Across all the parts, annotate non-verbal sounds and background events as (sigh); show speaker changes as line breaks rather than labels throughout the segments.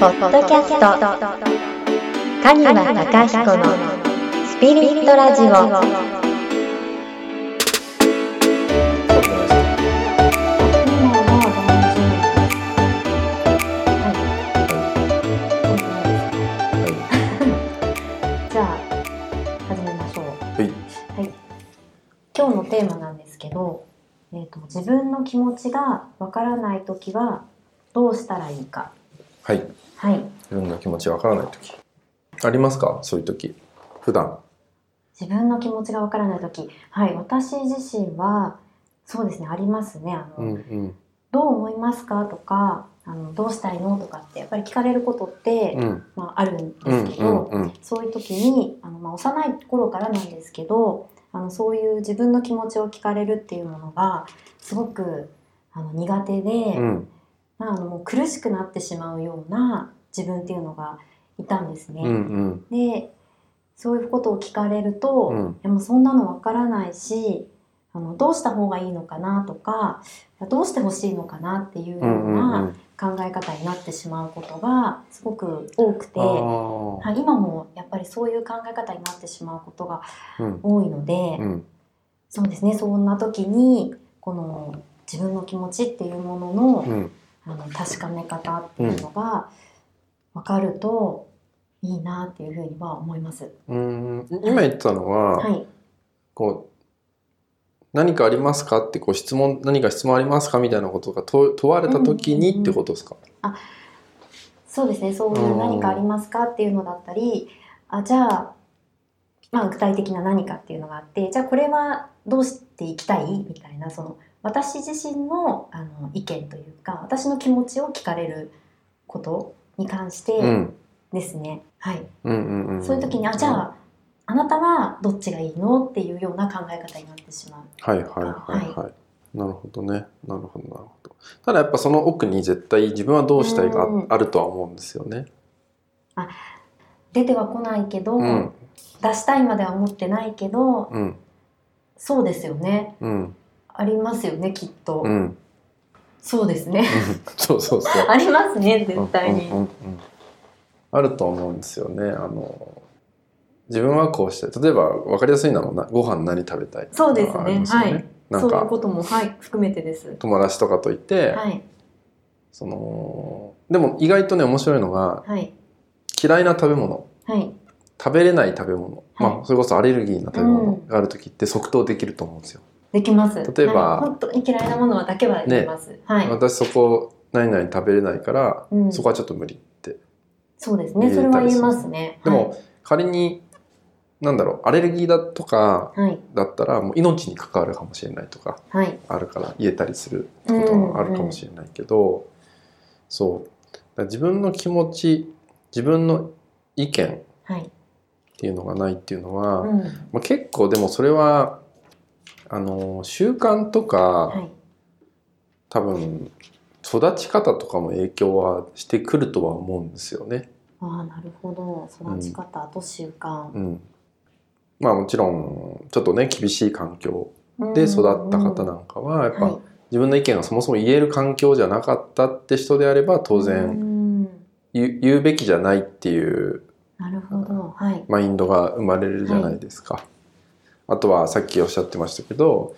ポッドキャストカニワ中彦のスピリットラジオ
じゃあ始めましょう。はい。今日のテーマなんですけど、えっ、と自分の気持ちがわからないときはどうしたらいいか。
はい。
はい。
自分の気持ちわからない時ありますかそういう時普段
自分の気持ちがわからないとき、はい。私自身はそうですねありますね。あの、
ん
どう思いますかとか、あのどうしたいのとかってやっぱり聞かれることって、
うん
まああるん
う
です
ん
け
う
ど。
んうん
そういう時にあの、まあ、幼い頃からなんですけどあのそういう自分の気持ちを聞かれるっていうものがすごくあの苦手で、
うん
まあ、あのもう苦しくなってしまうような自分っていうのがいたんですね。
うん
でそういうことを聞かれると、
うん
でもそんなのわからないしあのどうした方がいいのかなとかどうしてほしいのかなっていうよう
うんうんう
なん考え方になってしまうことがすごく多くて。
あー
はい、今もやっぱりそういう考え方になってしまうことが
うん
多いので、
うん
そうですねそんな時にこの自分の気持ちっていうものの,、
うん
あの確かめ方っていうのが分かるといいなっていうふうには思います。
うん今言ってたのは、
はい、
こう何かありますかってこう質問何か質問ありますかみたいなことが問問われた時
うんうんうん
にってことですか、
そうですねそういう何かありますかっていうのだったりあじゃあまあ具体的な何かっていうのがあってじゃあこれはどうしていきたいみたいなその私自身のあの意見というか私の気持ちを聞かれることに関し
う
て
ん
ですね、はい、
うんうんうんん
そういう時にあじゃああなたはどっちがいいのっていうような考え方になってしまう。
はいはいはいはい、なるほどねなるほどなるほどただやっぱその奥に絶対自分はどうしたいが
うん
あるとは思うんですよね
出てはこないけど、
うん
出したいまでは思ってないけど
うん
そうですよね
うん
ありますよねきっと、
うん (laughs)
そうですね
そうそうそう。
ありますね絶対に。
うんうんうんあると思うんですよね。あの自分はこうして例えば分かりやすいのはなご飯何食べたい
そうですね
ありまよ
はい
なん
そういう
か
こともはい含めてです。
友達とかといて、
はい
そのでも意外とね面白いのが
はい
嫌いな食べ物
はい
食べれない食べ物、まあ、それこそアレルギーな食べ
う
物
ん
がある時って即答できると思うんですよ。
できます。
例えば
はい本当に嫌いなものはだけはできます。はい。
私そこ何々食べれないから、
うん
そこはちょっと無理って
そうですね。
言え
そ
た
れは
り
言えますね。
でも、仮になんだろうアレルギーだとか
はい
だったらもう命に関わるかもしれないとか
はいはい。
あるから言えたりすることがあるかもしれないけど、そうだから自分の気持ち自分の意見っ
はい。
ていうのがないっていうのは、
うん
まあ、結構でもそれはあの習慣とか、
はい
多分育ち方とかも影響はしてくるとは思うんですよね。
ああなるほど。育ち方と習慣
う。ん、まあもちろんちょっとね厳しい環境
うん
で育った方なんかはやっ
はい
ぱ自分の意見がそもそも言える環境じゃなかったって人であれば当
う
然
ん
言う言うべきじゃないっていう
なるほど。はい
マインドが生まれるじゃないですか。あとはさっきおっしゃってましたけど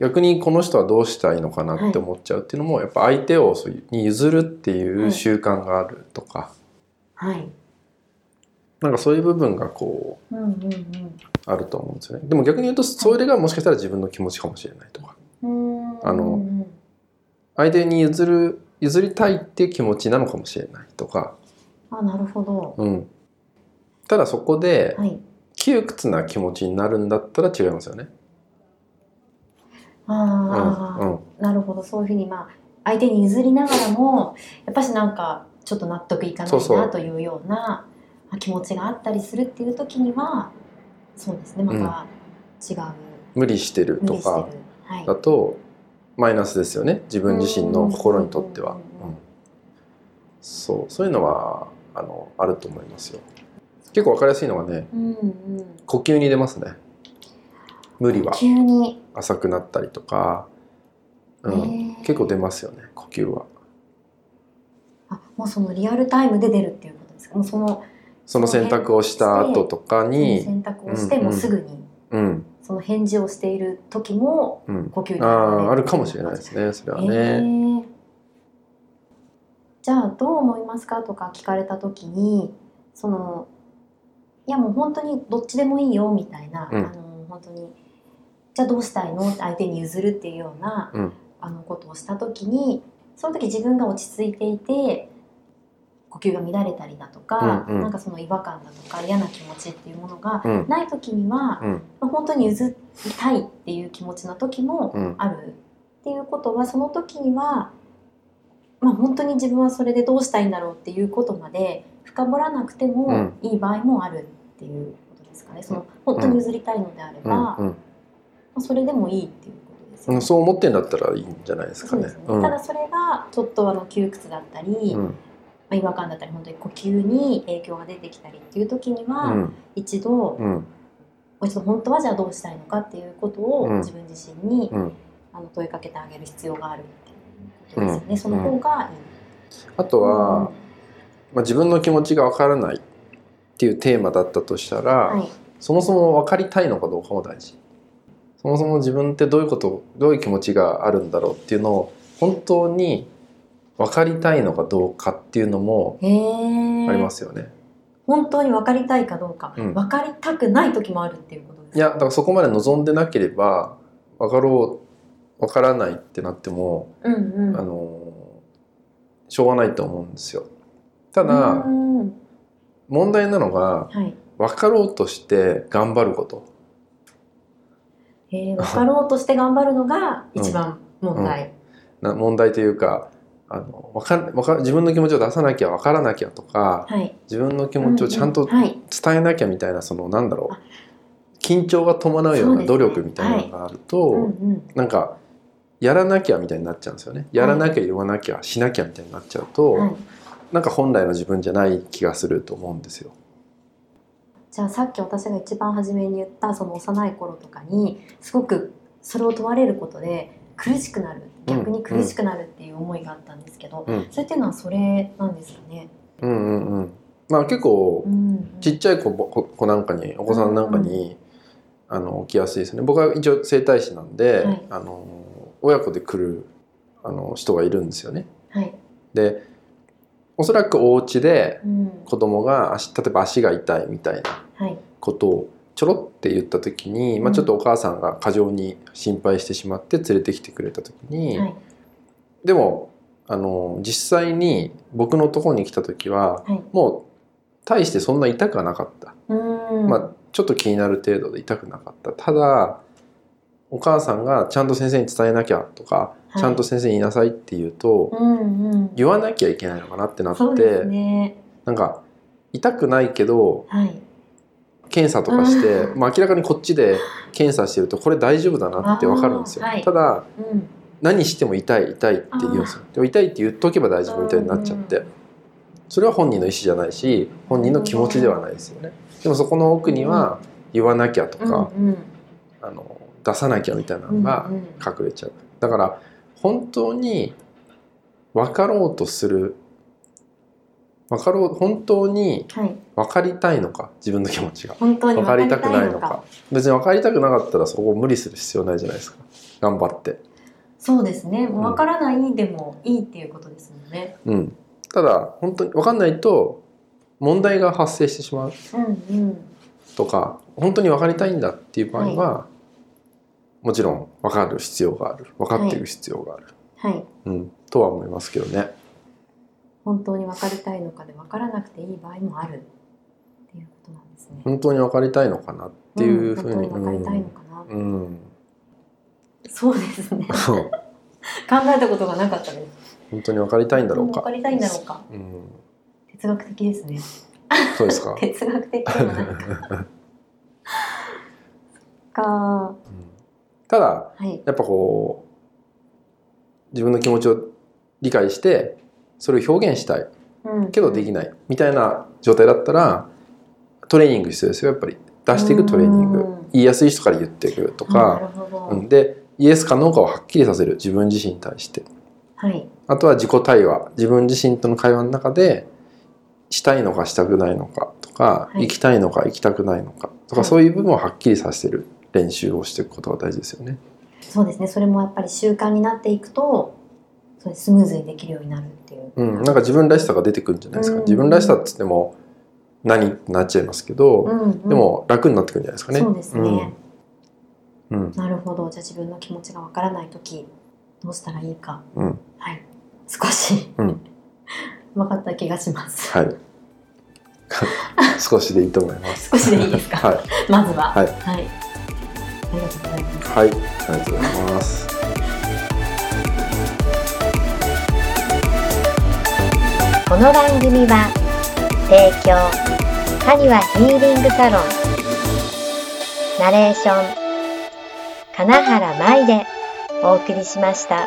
逆にこの人はどうしたいのかなって思っちゃうっていうのもやっぱ相手をそういうに譲るっていう習慣があるとか、
はい。
なんかそういう部分がこ
うんうん
うあると思うんですよね。でも逆に言うとそれがもしかしたら自分の気持ちかもしれないとか
うん。うーん
あの相手に譲る譲りたいっていう気持ちなのかもしれないとか、
あなるほど。
うん、ただそこで
はい。
窮屈な気持ちになるんだったら違いますよね。うん
ああ。
うん
なるほどそういうふうにまあ相手に譲りながらもやっぱしなんかちょっと納得いかな
そう
い
そ
な
う
というようなまあ気持ちがあったりするっていう時にはそうですねまた違う、
無理してる
無
と
理してる
か
はい
だとマイナスですよね自分自身の心にとっては、
うん
うんそうそういうのはあのあると思いますよ結構わかりやすいのがね
うんうん
呼吸に出ますね無理は
急に、
浅くなったりとか、うん、
ねえ
結構出ますよね呼吸は
あもうそのリアルタイムで出るっていうことですかもうその
その選択をした後とか
その
に、
選択をして
うんうん
もうすぐに
うん、
その返事をしている時も
うん。
呼吸に
ああ、あるかもしれないですすね、それは
え
ね。
ーじゃあどう思いますかとか聞かれた時にそのいやもう本当にどっちでもいいよみたいな、
うん
あの本当にじゃあどうしたいのって相手に譲るっていうような、
うん
あのことをした時にその時自分が落ち着いていて呼吸が乱れたりだとか、
うんうん
なんかその違和感だとか嫌な気持ちっていうものが
うん、
ない時には、
うん、
まあ本当に譲りたいっていう気持ちの時も、
うん、
あるっていうことはその時には、まあ、本当に自分はそれでどうしたいんだろうっていうことまで深掘らなくて
う
も
ん
いい場合もあるっていうことですかね、その本当に譲りたいのであれば、
う
ま
ん、うん。
あそれでもいいっていうことですよ
う
ね。
んそう思ってんだったらいいんじゃないですか
そうで
ね
すね。
うん
ただそれがちょっとあの窮屈だったり、
う
ま
ん、
あ、違和感だったり本当に呼吸に影響が出てきたりっていう時には、
うん、
一度、も
うん、
う一度本当はじゃあどうしたいのかっていうことを
うん
自分自身に、
うん。
あの問いかけてあげる必要があるっていうことですよね、その方がいい。
あとは、まあ、自分の気持ちがわからないっていうテーマだったとしたら、
はい、
そもそも分かりたいのかどうかも大事そもそも自分ってどういうことどういう気持ちがあるんだろうっていうのを本当に分かりたいのかどうかっていうのも
へえ
ありますよね、
本当に分かりたいかどうか、
うん
分かりたくない時もあるっていうことですか
いやだからそこまで望んでなければ分かろう分からないってなっても、
うんうん
あのしょうがないと思うんですよた
う
だ
ん
問題なのが
はい
分かろうとして頑張ること
えー、分かろうとして頑張るのが一番問題、
な問題というかあのわかんわか自分の気持ちを出さなきゃ分からなきゃとか
はい
自分の気持ちをちゃんと
ううはい
伝えなきゃみたいなそのなんだろう緊張が伴うよう
そうです
な
ね
努力みたいなのがあると、
うんうん
なんかやらなきゃみたいになっちゃうんですよねやらなきゃ言わなきゃしなきゃみたいになっちゃうと、
はい、
なんか本来の自分じゃない気がすると思うんですよ。
じゃあさっき私が一番初めに言ったその幼い頃とかにすごくそれを問われることで苦しくなる
うん
逆に苦しくなるっていう思いがあったんですけど、
うん
それっていうのはそれなんですかね。
うんうんうん、まあ結構
うんうん
ちっちゃい子子子なんかにお子さんなんかに、あの起きやすいですね僕は一応整体師なんで、
はい
あの親子で来るあの人がいるんですよね。
はい、
でおそらくお家で
うん、
子供が足例えば足が痛いみたいな
はい、
ことをちょろって言った時に、まあ、ちょっとお母さんが過剰に心配してしまって連れてきてくれた時に、
はい、
でもあの実際に僕のところに来た時は、
はい
もう大してそんな痛くはなかった、
うーん、
まあ、ちょっと気になる程度で痛くなかったただお母さんがちゃんと先生に伝えなきゃとか、
はい
ちゃんと先生に言いなさいって言うと、
うんうん、
言わなきゃいけないのかなってなって、
そうですね。
なんか痛くないけど
はい。
検査とかして
う、ん
まあ、明らかにこっちで検査してるとこれ大丈夫だなって分かるんですよ、
あーはい
ただ
うん。
何しても痛い痛いって言うんですよでも痛いって言っとけば大丈夫みたいになっちゃってそれは本人の意思じゃないし本人の気持ちではないですよねでもそこの奥には言わなきゃと
うん。
か、
うんうん
あの出さなきゃみたいな
う
の
ん
が
うん
隠れちゃうだから本当に分かろうとする分かろう本当に
はい。
分かりたいのか自分の気持ちが
本当に分
分か
か
り
り
た
た
く
く
な
ないい
の
の
か
か。
別に分かりたくなかったらそこを無理する必要ないじゃないですか頑張って
そうですね。もううん分からないでもいいっていうことですもんね。
うんただ本当に分かんないと問題が発生してしまう
うんうん。
とか本当に分かりたいんだっていう場合は、もちろん分かる必要がある分かっていく必要がある、
はい。
うん、とは思いますけどね
本当に分かりたいのかで分からなくていい場合もあるっていうことなんですね。
本当に分かりたいのかなっていうふうに、
ん本当に分かりたいのかな。
うん (laughs) うん、
そうですね。
そう
考えたことがなかったです。
本当に分かりたいんだろう
分
か
か、りたいんだろうか。
うん、
哲学的ですね。
そうで
(laughs)
すか、
哲学的でもないか。か。
(laughs)
は
うんただ
い。
やっぱこう自分の気持ちを理解してそれを表現したいけどでき
い
ないみたいな状態だったらトレーニング必要ですよやっぱり出していくトレーニング言いやすい人から言っていく
と
と
か、な
か、
るほど
うん、でイエスかノーかをはっきりさせる自分自身に対して
はい、
ああとは自己対話自分自身との会話の中でしたいのかしたくないのかと
は
か、
い
行きたいのか行きたくないのかと
は
か、
い
そういう部分をはっきりさせてる練習をしていくことが大事ですよね。
そうですねそれもやっぱり習慣になっていくとそれスムーズにできるようになるっていう、
うん、なんか自分らしさが出てくるんじゃないですか、
うん
自分らしさっつっても何ってなっちゃいますけど、
うんうん
でも楽になってくるんじゃないですかね。
そうですね、
うんうん
なるほどじゃあ自分の気持ちがわからない時どうしたらいいか、
うん
はい少し、
うん
分かった気がします、 (laughs)
はい少しでいいと思います。
少しでいいですか、
はい、
まずは
はい
はい、ありがとうございます
はい、ありがとうございます。
この番組は提供カニワヒーリングサロンナレーション金原舞でお送りしました。